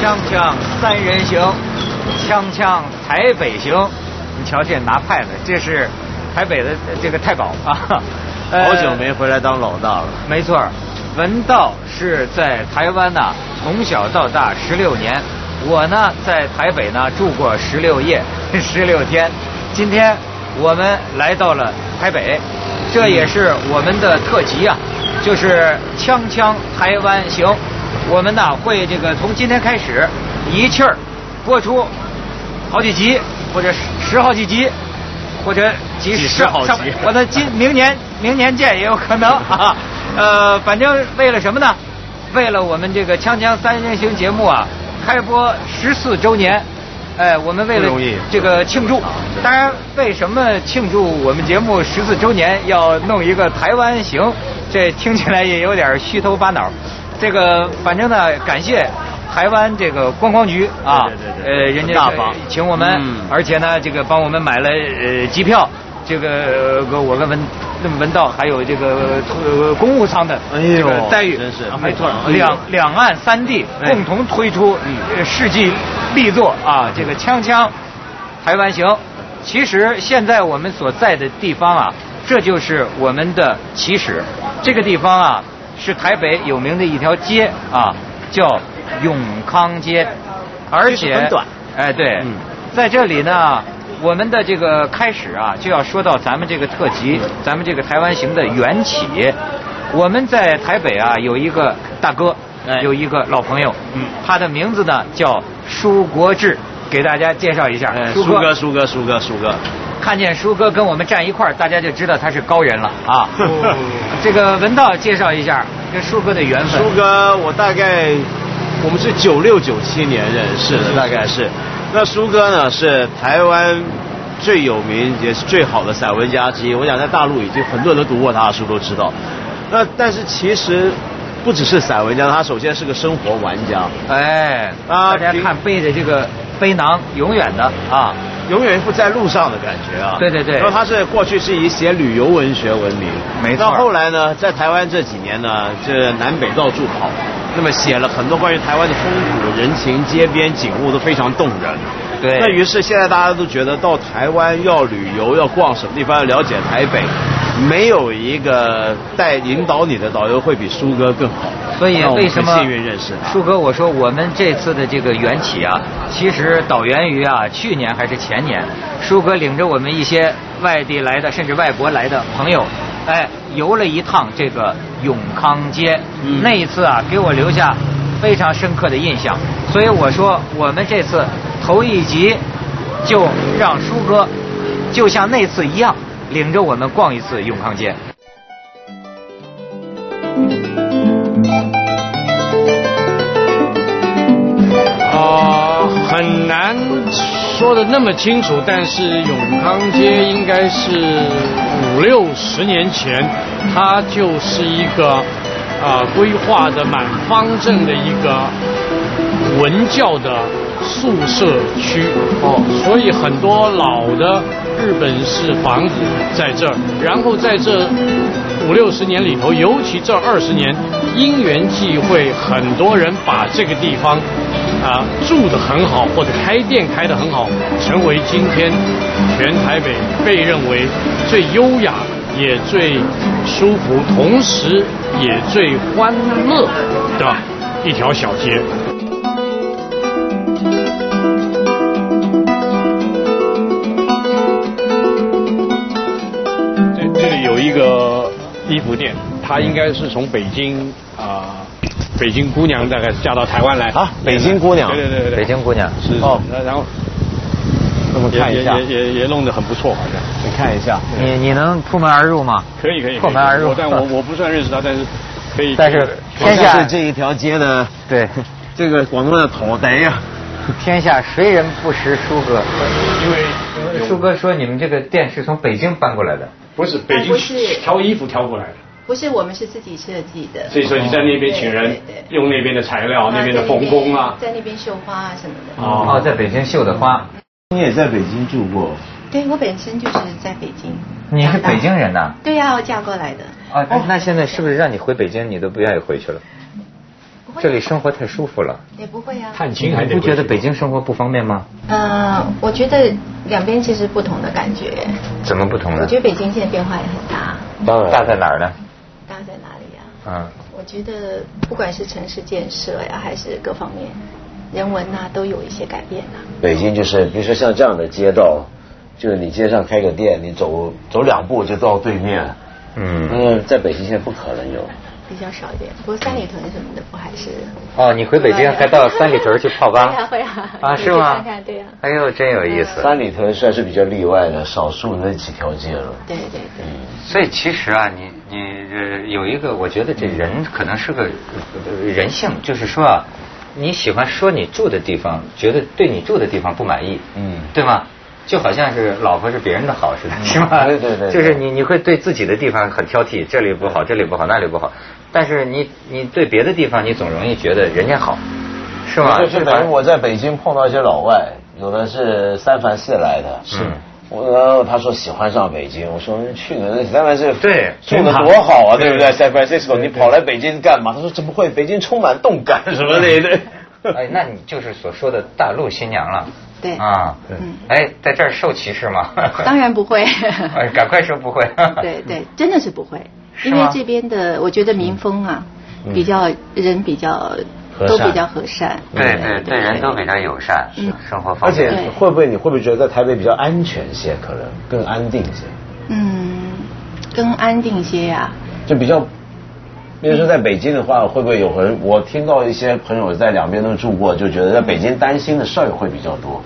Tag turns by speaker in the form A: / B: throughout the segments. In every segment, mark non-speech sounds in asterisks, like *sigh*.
A: 锵三人行，锵锵台北行。你瞧这拿派的，这是台北的这个太保啊。呃
B: 好久没回来当老大了。
A: 没错儿，文道是在台湾呐、从小到大十六年，我呢在台北呢住过十六夜 *laughs* 十六天。今天我们来到了台北，这也是我们的特辑啊，就是《锵锵台湾行》。我们呐会这个从今天开始一气儿播出好几集，或者十十好几集，或者几
B: 几十
A: 上
B: 好集
A: 上我的今明年明年见也有可
B: *laughs*
A: 能啊。呃，反正为了什么呢？为了我们这个《锵锵三人行》节目啊，开播十四周年，哎，我们为了
B: 不容易啊
A: 这个庆祝。当然，为什么庆祝我们节目十四周年要弄一个台湾行？这听起来也有点虚头巴脑。这个反正呢，感谢台湾这个观光局啊，
B: 对对对对
A: 呃，人家
B: 很大方
A: 请我们，
B: 嗯
A: 而且呢，这个帮我们买了呃机票，这个呃我跟文文道还有这个呃公务舱的
B: 哎呦
A: 这个待遇，
B: 真是
A: 啊
B: 没错
A: 哎两两岸三地
B: 哎
A: 共同推出呃世纪力作啊，这个锵锵台湾行。其实现在我们所在的地方啊，这就是我们的起始。这个地方啊，是台北有名的一条街啊，叫永康街，而
B: 其
A: 且
B: 实很短
A: 哎，对，
B: 嗯
A: 在这里呢，我们的这个开始啊，就要说到咱们这个特辑，咱们这个台湾行的缘起。我们在台北啊，有一个大哥，
B: 哎
A: 有一个老朋友，
B: 嗯
A: 他的名字呢叫舒国志，给大家介绍一下。
B: 哎，舒哥，舒哥，舒哥，舒哥，
A: 看见舒哥跟我们站一块儿，大家就知道他是高人了啊。
B: *laughs* 哦
A: 这个文道介绍一下跟舒哥的缘分
B: 舒。哥，我大概我们是九六九七年认识的，大概是。那舒哥呢，是台湾最有名也是最好的散文家之一，我想在大陆已经很多人都读过他的书都知道。那但是其实不只是散文家，他首先是个生活玩家。
A: 哎，
B: 啊
A: 大家
B: 平
A: 看背着这个背囊，永远的啊。
B: 永远一副在路上的感觉啊。
A: 对对对
B: 然后他是过去是以写旅游文学闻名，
A: 没错
B: 到后来呢，在台湾这几年呢，这南北到处跑，那么写了很多关于台湾的风土人情、街边景物都非常动人。
A: 对
B: 那于是现在大家都觉得到台湾要旅游、要逛什么地方、要了解台北，没有一个带引导你的导游会比舒哥更好。
A: 所以
B: 那我们
A: 为什么
B: 很幸运认识他？
A: 舒哥，我说我们这次的这个缘起啊，其实导源于啊，去年还是前年，舒哥领着我们一些外地来的，甚至外国来的朋友，哎，游了一趟这个永康街。
B: 嗯
A: 那一次啊，给我留下非常深刻的印象。所以我说，我们这次头一集就让舒哥，就像那次一样，领着我们逛一次永康街。
C: 啊、很难说的那么清楚，但是永康街应该是五六十年前，它就是一个啊、规划的蛮方正的一个文教的宿舍区哦，所以很多老的日本式房子在这儿，然后在这五六十年里头，尤其这二十年，因缘际会，很多人把这个地方啊住得很好，或者开店开得很好，成为今天全台北被认为最优雅。也最舒服，同时也最欢乐的一条小街。
D: 这这里有一个衣服店，她应该是从北京啊、北京姑娘大概是嫁到台湾来
B: 啊北京姑娘
D: 对对对对对，
A: 北京姑娘
D: 是哦，
B: 哦
D: 那然后
B: 那么
D: 也
B: 看一下，
D: 也也也也弄得很不错，好像
B: 你看一下，
A: 你你能破门而入吗？
D: 可以可以。可以
A: 破门而入
D: 我但我我不算认识她，但是可以。
A: 但是天
B: 好
A: 下
B: 像是这一条街的
A: 对。 *laughs*
B: 这个广东的啊头，等一下，
A: 天下谁人不识舒哥？
D: 因为
A: 舒哥说你们这个店是从北京搬过来的，
D: 不是北
E: 哎不
D: 京
E: 是
D: 挑衣服挑过来的，
E: 不是我们是自己设计的，
D: 所以说你在那边请人
E: 对对对
D: 用那边的材料，那边的缝工啊。
E: 在那边绣花啊什么的。
A: 哦，在北京绣的花。
B: 你也在北京住过，
E: 对我本身就是在北京。
A: 你是北京人啊哎呐？哦
E: 啊对呀、我嫁过来的。哦
A: 啊，那现在是不是让你回北京，你都不愿意回去了？
E: 不会
A: 这里生活太舒服了。
E: 也不会啊。
C: 探
A: 你
C: 亲还得
A: 不觉得
C: 回去
A: 北京生活不方便吗？
E: 呃，我觉得两边其实不同的感觉。
A: 怎么不同
E: 我
A: 呢
E: 觉？得北京现在变化也很大，
A: 当然大在哪儿呢？
E: 大在哪里啊？
A: 嗯，
E: 我觉得不管是城市建设呀，还是各方面人文呐、都有一些改变呐、啊
B: 北京就是，比如说像这样的街道，就是你街上开个店，你走走两步就到对面。
A: 嗯
B: 嗯，在北京现在不可能有。
E: 比较少一点。不过三里屯什么的，不还是
A: 哦，你回北京还到三里屯去
E: *laughs*
A: 泡吧？
E: 会啊会啊
A: 啊，
E: 你
A: 是
E: 去
A: 吗？
E: 看看对啊嗯
A: 哎呦，真有意思。
B: 三里屯算是比较例外的，少数那几条街了。
E: 对对对。
A: 所以其实啊，你你呃有一个，我觉得这人可能是个呃人性，就是说啊，你喜欢说你住的地方，觉得对你住的地方不满意，
B: 嗯
A: 对吗？就好像是老婆是别人的好似的，
B: 嗯
A: 是吧？
B: 对对对对
A: 就是你你会对自己的地方很挑剔，这里不好，这里不好，那里不好。但是你你对别的地方，你总容易觉得人家好，是吗？
B: 就是
A: 吧
B: 等于我在北京碰到一些老外，有的是三藩市来的，
A: 是
B: 我然后他说喜欢上北京，我说去你的三藩市
A: 对
B: 住
A: 挺
B: 的
A: 好
B: 多好啊，对不对？San Francisco，你跑来北京干嘛？他说怎么会？北京充满动感什 *laughs* 么的。对
A: *laughs* 哎，那你就是所说的大陆新娘了。
E: 对
A: 啊，
E: 嗯
A: 哎，在这儿受歧视吗？
E: *laughs* 当然不会
A: *laughs* 哎赶快说不会。
E: *laughs* 对对，真的是不会，
A: 是
E: 因
A: 吗嗯
E: 为这边的我觉得民风啊，比较人比较
B: 和
E: 都
B: 善
E: 比较和善，
A: 对对对，人都比较友善，
E: 嗯
A: 生活
B: 而
A: 方
B: 且
A: 便。
E: 对
B: 会不会你会不会觉得在台北比较安全些，可能更安定些，
E: 嗯，更安定些呀、
B: 就比较。比如说在北京的话，会不会有人？我听到一些朋友在两边都住过，就觉得在北京担心的事儿会比较多，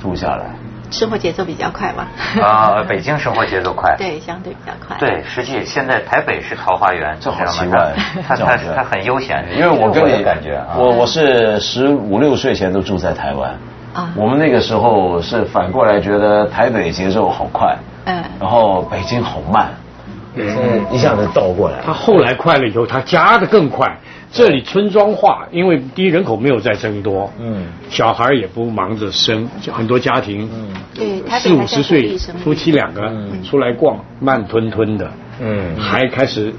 B: 住下来。
E: 生活节奏比较快吧。 *laughs*
A: 啊，北京生活节奏快。
E: 对，相对比较快。
A: 对，实际现在台北是桃花源，
B: 这好
A: 你知道吗
B: 奇怪
A: 它
B: 这
A: 它
B: 好
A: 它
B: 奇怪
A: 它很悠闲，
B: 因为我跟
A: 有
B: 你
A: 感觉啊。
B: 我我是十五六岁前都住在台湾，
E: 啊
B: 我们那个时候是反过来觉得台北节奏好快，
E: 嗯
B: 然后北京好慢，嗯，一下子倒过来。
C: 他后来快了以后，他加的更快。这里村庄化，因为第一人口没有再增多，
B: 嗯
C: 小孩也不忙着生，就很多家庭，
E: 对，台北
C: 四五
E: 还
C: 十
E: 在鼓励
C: 岁
E: 什么
C: 夫妻两个出来逛，慢吞吞的，
A: 嗯
C: 还开始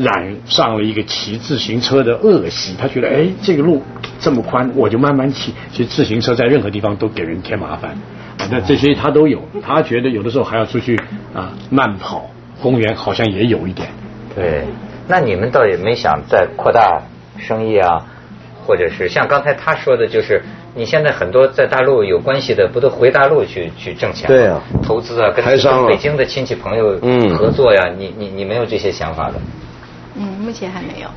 C: 染上了一个骑自行车的恶习。他觉得，哎，这个路这么宽，我就慢慢骑。其实自行车在任何地方都给人添麻烦，啊那这些他都有。他觉得有的时候还要出去啊慢跑，公园好像也有一点。
A: 对，那你们倒也没想再扩大生意啊，或者是像刚才他说的，就是你现在很多在大陆有关系的，不都回大陆去去挣钱吗？
B: 对啊
A: 投资啊，跟
B: 开商
A: 跟
B: 了
A: 北京的亲戚朋友
B: 嗯
A: 合作呀，你你你没有这些想法的
E: 嗯，目前还没有。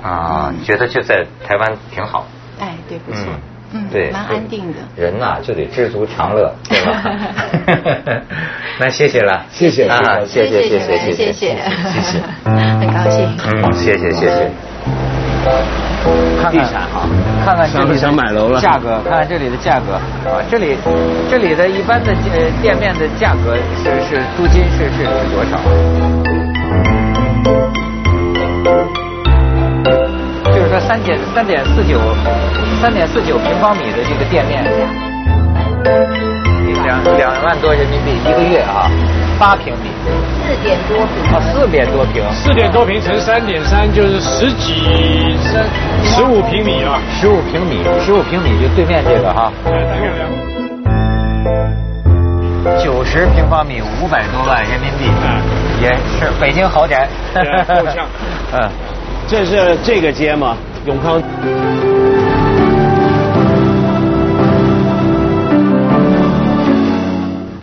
E: 嗯
A: 啊？你觉得就在台湾挺好。
E: 哎，对，不错。嗯，
A: 对，
E: 蛮安定的。
A: 人呐、就得知足常乐，对
E: *laughs*
A: 吧？ *laughs* 那谢谢了，
B: 谢谢
A: 啊，谢谢谢谢
E: 谢谢谢谢， *laughs*
A: 谢谢，
E: 很高兴。
A: 嗯，谢谢谢谢。看看
B: 地产行
A: 看看这里的
B: 想买楼了
A: 价格，看看这里的价格啊，这里这里的一般的呃店面的价格是是租金是是是多少？就是说三点三点四九三点四九平方米的这个店面，两两万多人民币一个月啊，八平米
E: 四点多
A: 啊，四点多平，
F: 四点多平乘三点三就是十几三十五平米啊，
A: 十五平米，十五平米就对面这个哈、
F: 大概两
A: 九十平方米，五百多万人民币，也是北京豪宅。
F: 对够呛
A: *laughs* 嗯，
B: 这是这个街吗？永康。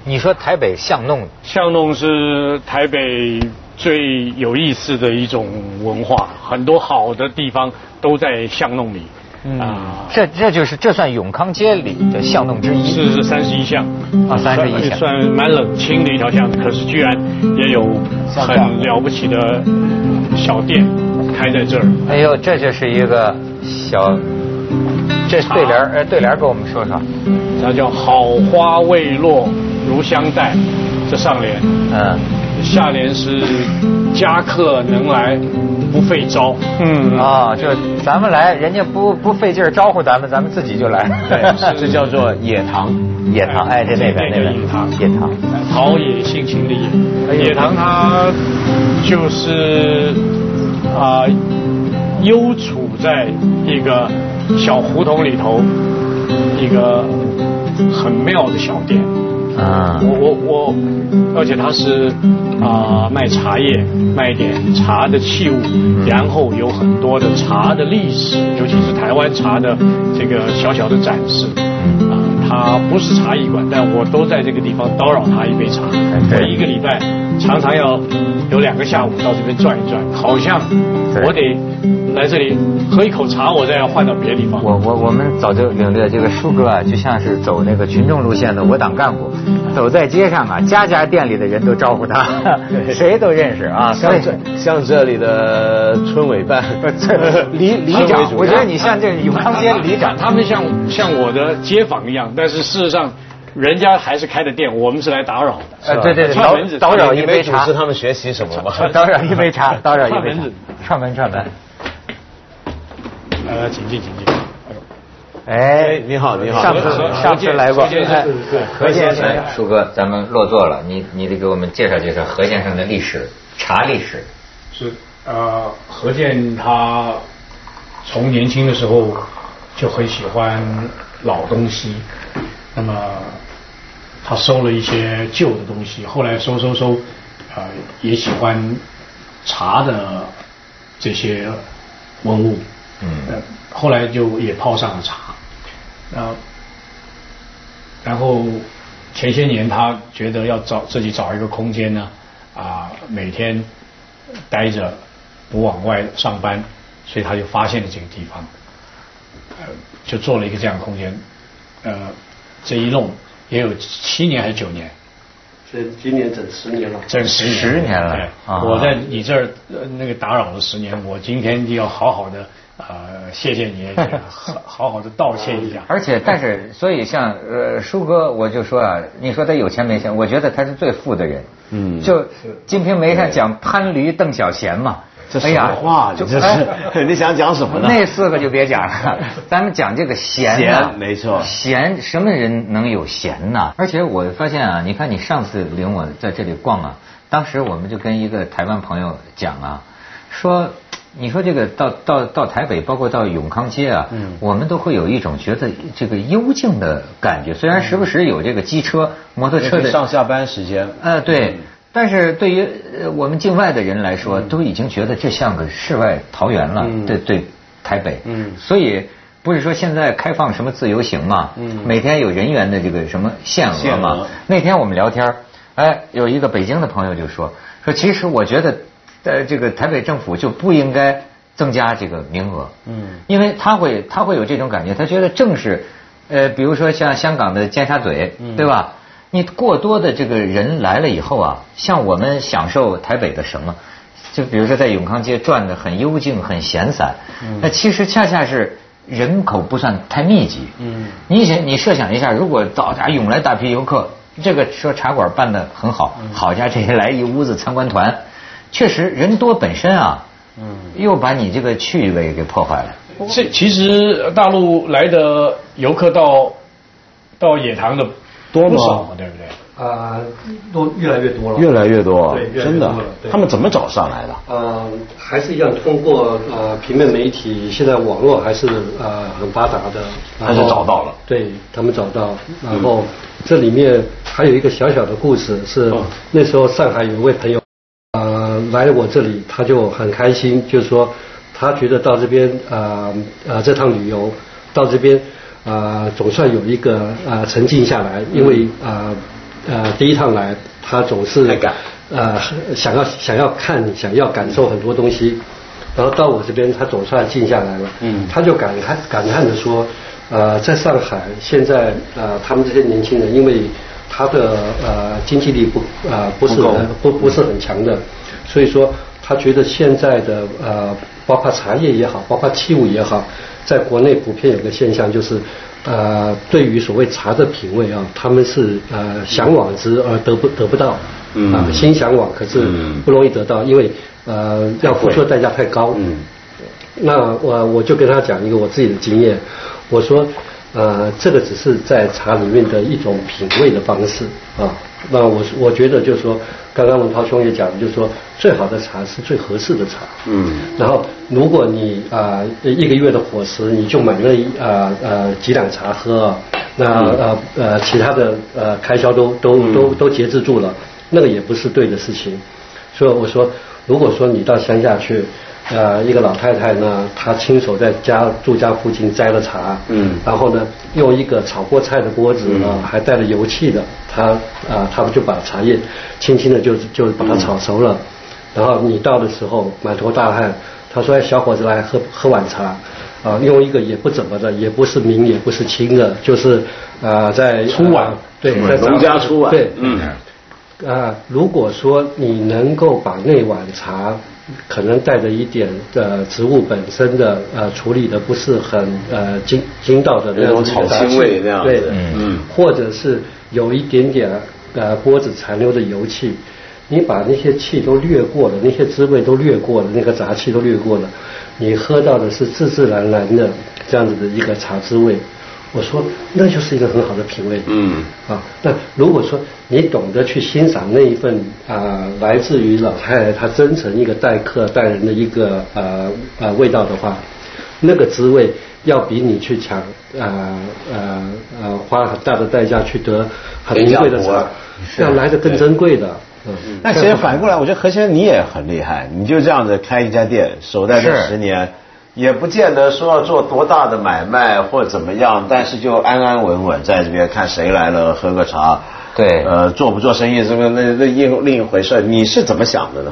A: 你说台北巷弄，
C: 巷弄是台北最有意思的一种文化，很多好的地方都在巷弄里。
A: 嗯
C: 啊、
A: 这这就是这算永康街里的巷弄之一。
C: 是是三十一巷
A: 啊31巷
C: 算算蛮冷清的一条巷，可是居然也有很了不起的小店开在这儿。
A: 哎呦，这就是一个小，这对联儿，呃，对联儿给我们说说。
C: 它叫好花未落如相待，这上联，
A: 嗯
C: 下联是家客能来不费招。嗯
A: 啊，就咱们来，人家不不费劲儿招呼咱们，咱们自己就来。
B: 对，这叫做野塘。
A: *laughs* 野塘，哎，这那边那
C: 那个
A: 边
C: 野塘
A: 野塘。
C: 陶冶性情的
A: 哎呦
C: 冶。野塘它就是啊、幽处在一个小胡同里头，一个很妙的小店。
A: 嗯
G: 啊
C: 我我我，而且它是啊、卖茶叶，卖一点茶的器物，然后有很多的茶的历史，尤其是台湾茶的这个小小的展示。啊、它不是茶艺馆，但我都在这个地方叨扰他一杯茶。
G: 对
C: 每一个礼拜常常要有两个下午到这边转一转，好像
G: 对
C: 我得来这里喝一口茶，我再换到别的地方。
G: 我我我们早就领略这个舒哥啊，就像是走那个群众路线的我党干部，走在街上啊，家家店里的人都招呼他， *laughs* 谁都认识啊。所以呃
B: 像这哎像这里的村委办
G: 这，
B: 里
G: 里
B: 里长
G: 长，，我觉得你像这永康街里长，
C: 他们像像我的街坊一样，但是事实上，人家还是开的店，我们是来打扰的。
B: 啊
G: 呃，对对对，
C: 串
G: 捣
C: 门子
G: 捣扰
B: 你
G: 一杯
B: 没组
G: 茶，
B: 织他们学习什么吗？
G: *laughs* 叨扰一杯茶，叨扰一杯
C: 串门子
G: 茶，串门串门。
C: 呃，请进，请进。
G: 哎，
B: 你好你好
G: 上次
C: 何
G: 上次
C: 何
G: 来过，
C: 何先生
G: 哎
C: 对
G: 何先生，
A: 舒哥，咱们落座了，你你得给我们介绍介绍何先生的历史，茶历史。
C: 是呃，何健他从年轻的时候就很喜欢老东西，那么他收了一些旧的东西，后来收收收，呃，也喜欢茶的这些文物，
A: 嗯
C: 呃，后来就也泡上了茶，呃那然后前些年他觉得要找自己找一个空间呢，啊、每天待着不往外上班，所以他就发现了这个地方，呃，就做了一个这样的空间，呃，这一弄也有七年还是九年，
H: 所以今年整十年了。
C: 整十年
G: 十年了
C: 哎
G: 啊
C: 我在你这儿、呃那个打扰了十年，我今天就要好好的呃谢谢
G: *laughs*
C: 你，也好好好的道歉一下。
A: 而且，但
B: *laughs*
A: 是，所以像呃，舒哥，我就说啊，你说他有钱没钱，我觉得他是最富的人。
B: 嗯
A: 就《金瓶梅》上讲潘驴邓小闲嘛，
B: 这
A: 哎
B: 什
A: 呀
B: 么话？你
A: 就
B: 这
A: 哎
B: 是 *laughs* 你想讲什么呢？
A: 那四个就别讲了，咱们讲这个闲呐
B: 闲没错
A: 闲什么人能有闲呐？而且我发现啊，你看你上次领我在这里逛啊，当时我们就跟一个台湾朋友讲啊，说。你说这个到到到台北，包括到永康街啊，
B: 嗯
A: 我们都会有一种觉得这个幽静的感觉。虽然时不时有这个机车、摩托车
B: 那
A: 的
B: 是上下班时间
A: 呃，对。但是对于呃我们境外的人来说，都已经觉得这像个世外桃源了。对对，台北。嗯。所以不是说现在开放什么自由行嘛？嗯。每天有人员的这个什么限额嘛？那天我们聊天儿，哎，有一个北京的朋友就说说，其实我觉得，呃，这个台北政府就不应该增加这个名额。嗯。因为他会他会有这种感觉，他觉得正是，呃，比如说像香港的尖沙咀，对吧？你过多的这个人来了以后啊，像我们享受台北的什么，就比如说在永康街转的很幽静、很闲散，那其实恰恰是人口不算太密集。嗯，你想，你设想一下，如果到家涌来大批游客，这个说茶馆办得很好，好家这些来一屋子参观团，确实人多本身啊，嗯，又把你这个趣味给破坏了。
C: 这其实呃大陆来的游客到到野塘的多不少，对不对？
H: 啊、都越来越多了。
B: 越来越多，啊
H: 对越来越多了
B: 真的
H: 对，
B: 他们怎么找上来的？
H: 呃，还是一样，通过呃平面媒体，现在网络还是呃很发达的，然后
B: 还是找到了。
H: 对他们找到，然后嗯这里面还有一个小小的故事，是呃那时候上海有一位朋友，呃，来我这里，他就很开心，就是说他觉得到这边呃呃这趟旅游到这边呃总算有一个呃沉静下来，因为呃呃第一趟来他总是呃想要想要看想要感受很多东西，然后到我这边，他总算静下来了。嗯，他就感叹感叹的说，呃，在上海现在呃，他们这些年轻人，因为他的呃经济力不呃不是很不不是很强的，所以说他觉得现在的呃，包括茶叶也好，包括器物也好，在国内普遍有个现象就是。呃，对于所谓茶的品味啊，他们是呃向往之而得不得不到，
B: 嗯
H: 啊，心向往，可是不容易得到，因为呃要付出的代价太高。
B: 嗯，
H: 那我我就跟他讲一个我自己的经验，我说，呃，这个只是在茶里面的一种品味的方式啊，那我是我觉得就是说，刚刚文涛兄也讲，就是说最好的茶是最合适的茶。嗯。然后，如果你啊、呃一个月的伙食，你就买那啊呃几两茶喝，那呃呃其他的呃开销都都都都节制住了，那个也不是对的事情。所以我说，如果说你到乡下去，呃，一个老太太呢，她亲手在家住家附近摘了茶，嗯，然后呢，用一个炒过菜的锅子呢，还带了油气的，她啊、呃她们就把茶叶轻轻的就就把它炒熟了，然后你到的时候满头大汗，他说：“哎，小伙子来喝喝碗茶。”啊，用一个也不怎么的，也不是明，也不是清的，就是啊、呃在
D: 初碗
H: 呃对，在
B: 农家出啊，
H: 对，
B: 嗯，
H: 啊，如果说你能够把那碗茶，可能带着一点的植物本身的呃处理的不是很呃精精到的
B: 那种
H: 样子一个
B: 草
H: 杂
B: 腥
H: 气
B: 味那样
H: 对
B: 子，嗯
H: 或者是有一点点呃锅子残留的油气，你把那些气都略过了，那些滋味都略过了，那个杂气都略过了，你喝到的是自自然然的这样子的一个茶滋味。我说，那就是一个很好的品味。
B: 嗯
H: 啊，那如果说你懂得去欣赏那一份啊、来自于老太太她真诚一个待客待人的一个呃呃味道的话，那个滋味要比你去抢呃呃呃花很大的代价去得很名贵的
B: 人家
H: 茶，要来的更珍贵的。嗯，
B: 那其实反过来，我觉得何先生你也很厉害，你就这样子开一家店，守在这
A: 是
B: 十年，也不见得说要做多大的买卖或怎么样，但是就安安稳稳在这边看谁来了喝个茶。
I: 对
B: 呃，做不做生意是不是那那一另一回事？你是怎么想的呢？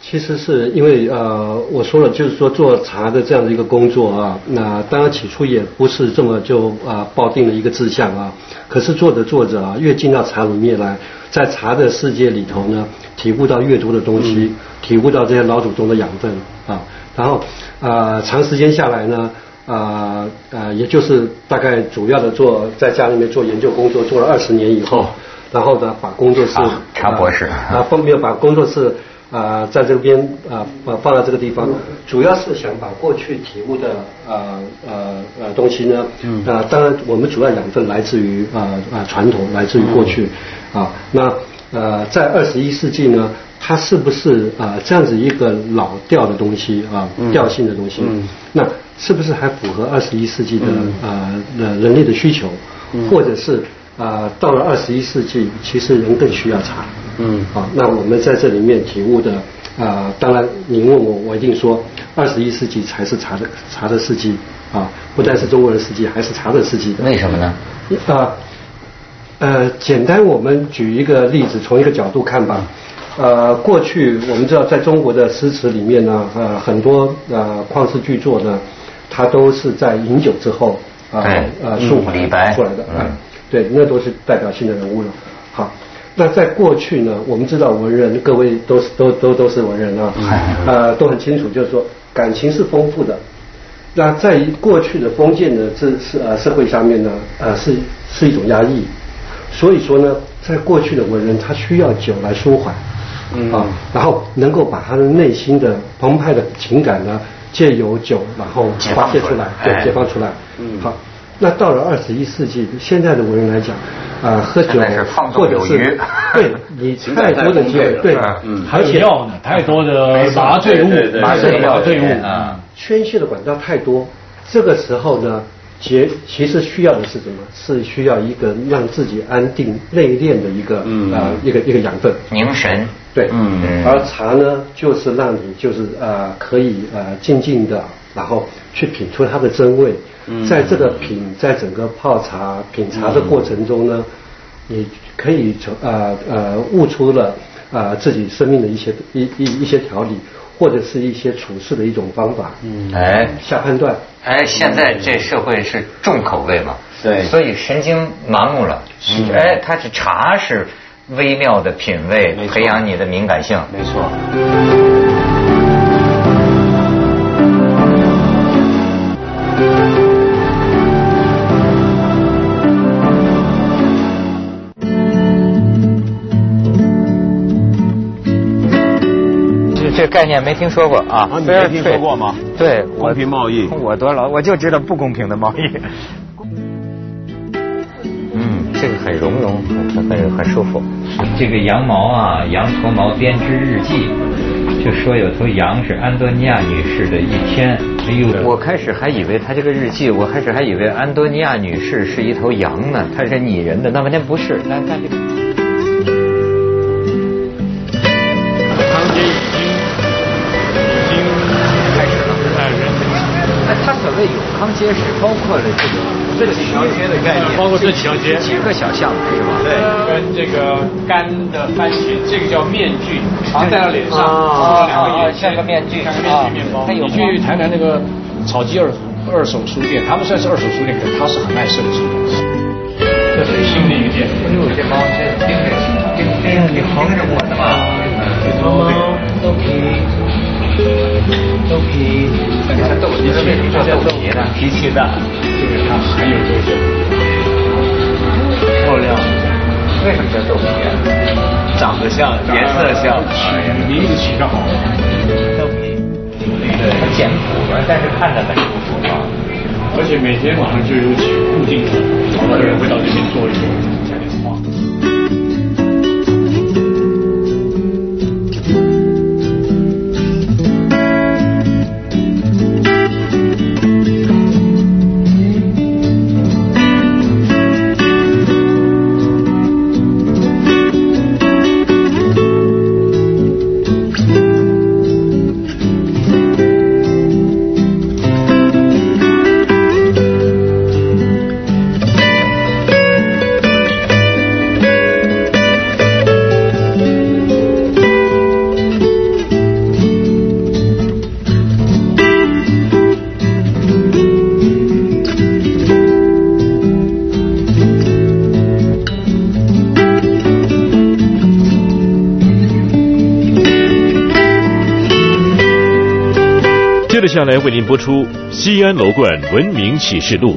H: 其实是因为呃，我说了，就是说做茶的这样的一个工作啊，那当然起初也不是这么就啊、呃抱定了一个志向啊。可是做着做着啊，越进到茶里面来，在茶的世界里头呢，体悟到越多的东西，体悟到这些老祖宗的养分啊。然后啊、呃长时间下来呢，啊、呃、也就是大概主要的做在家里面做研究工作，做了二十年以后，然后呢，把工作室
I: 啊茶博士
H: 啊啊，分别把工作室啊、在这边啊放、放到这个地方，主要是想把过去体悟的啊呃呃东西呢，嗯，啊、当然我们主要养分来自于啊啊、传统，来自于过去，
I: 嗯
H: 啊那呃在二十一世纪呢。它是不是啊、这样子一个老调的东西啊、
I: 嗯
H: 调性的东西，那是不是还符合二十一世纪的
I: 嗯
H: 啊、呃人类的需求，或者是啊、到了二十一世纪，其实人更需要茶。嗯，好，那我们在这里面体悟的，啊、当然您问我，我一定说，二十一世纪才是茶的茶的世纪啊，不但是中国人世纪，还是茶的世纪。
I: 为什么呢？
H: 啊、呃，简单，我们举一个例子，从一个角度看吧。呃，过去我们知道，在中国的诗词里面呢，呃，很多呃旷世巨作呢，它都是在饮酒之后啊
I: 对
H: 呃
I: 嗯
H: 抒怀
I: 李白
H: 出来的，啊
I: 嗯
H: 对，那都是代表性的人物了。好，那在过去呢，我们知道文人，各位都是都都都是文人啊，
I: 嗯
H: 呃，都很清楚，就是说感情是丰富的。那在于过去的封建的这是呃社会上面呢，呃是是一种压抑，所以说呢，在过去的文人他需要酒来舒缓，
I: 嗯
H: 啊，然后能够把他的内心的澎湃的情感呢，借由酒然后发泄出来，
I: 哎
H: 对，解放出来。
I: 嗯
H: 好，那到了二十一世纪，现在的文人来讲，啊，喝酒
I: 现在是放纵
H: 或者
I: 有余
H: 是对
I: *laughs*
H: 你太多的机会，对，
I: 嗯
D: 还有药呢，太多的麻醉物，麻醉麻醉物
I: 啊，
H: 宣泄的管道太多，这个时候呢，其其实需要的是什么？是需要一个让自己安定内敛的一个啊、呃一个一个养分。
I: 凝神。
H: 对，
I: 嗯
H: 而茶呢，就是让你就是呃可以呃静静的，然后去品出它的真味。在这个品，在整个泡茶品茶的过程中呢，你可以从呃呃悟出了呃自己生命的一些一一一些条理，或者是一些处事的一种方法。嗯，
I: 哎
H: 下判断。
I: 哎，现在这社会是重口味嘛，
B: 对
I: 所以神经麻木了。是，哎，它是茶是微妙的品味，培养你的敏感性。
B: 没错。
A: 这这概念没听说过啊
B: 啊，你
A: 虽然
B: 没听说过吗
A: 对，对我
B: 公平贸易
A: 我多老，我就知道不公平的贸易。嗯，这
J: 这个很融融，很很很舒服。
I: 这个羊毛啊，羊驼毛编织日记，就说有头羊是安多尼亚女士的一天。哎呦，
J: 我开始还以为他这个日记，我开始还以为安多尼亚女士是一头羊呢，她是拟人的，那半天不是。但但这个
C: 康街已经已经开始了，哎，
A: 哎，他所谓永康街是包括了这个这几条街的概念，
C: 包括这几条街
A: 这几个小巷子是吧？对。
C: 跟这个干的番茄，这个叫面具，常戴到脸上，
A: 哦
C: 两个眼
A: 哦啊像个面具
C: 像个面
A: 哦
C: 具面包。
A: 它有
C: 你去谈谈那个草鸡二二手书店，他们虽然是二手书店，可是他是很爱设计的。这是新的一个店，
A: 哎呦，这猫这盯着盯盯盯盯着我呢嘛。豆皮，豆皮，你看豆皮，为什么叫豆皮呢？
B: 脾气大，
C: 就是它很有特点。
B: 漂亮，
A: 为什么叫豆皮啊？
B: 长得像，颜色像。
C: 名字起得好，
I: 对，它简朴，但是看着很舒服啊。
C: 而且每天晚上就有几个固定的好多人会到这边坐一坐，讲点话。
K: 接着下来为您播出《西安楼冠文明启示录》。